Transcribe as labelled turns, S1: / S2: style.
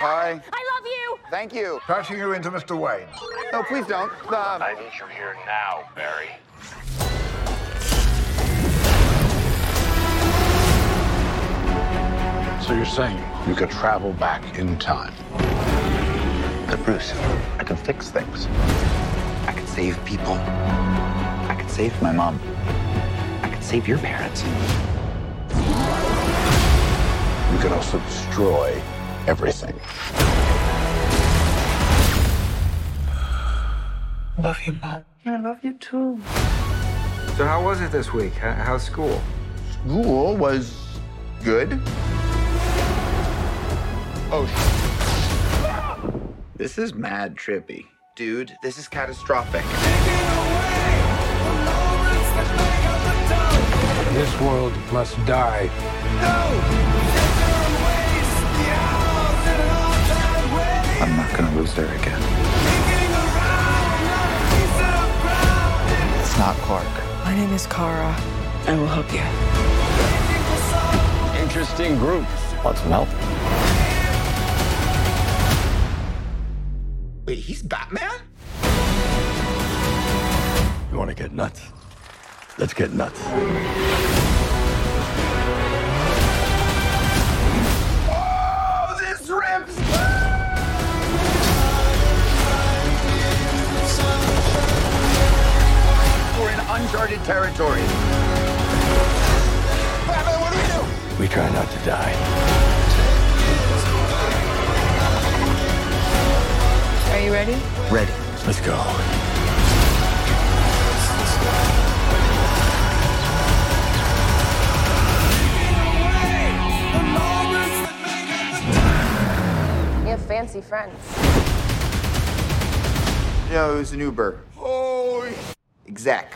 S1: Bye.
S2: I love you.
S1: Thank you.
S3: Passing you into Mr. Wayne.
S1: No, please don't. Uh,
S4: I need you here now, Barry.
S5: So you're saying you could travel back in time?
S6: But Bruce, I can fix things. I can save people. I can save my mom. I can save your parents.
S5: You could also destroy everything.
S6: Love you, mom.
S7: I love you too.
S8: So how was it this week? How, how's school?
S1: Rule was good. Oh, sh-
S6: This is mad trippy. Dude, this is catastrophic.
S5: This world must die.
S6: I'm not gonna lose her again. It's not Clark.
S7: My name is Kara. I will help you.
S4: Interesting group.
S6: Want some help? Wait, he's Batman?
S9: You want to get nuts? Let's get nuts.
S6: Oh, this rips!
S1: we're in uncharted territory. Batman, what do we do?
S9: We try not to die.
S7: Are you ready?
S6: Ready.
S9: Let's go.
S2: You have fancy friends.
S1: No, it was an Uber. Holy. Exec.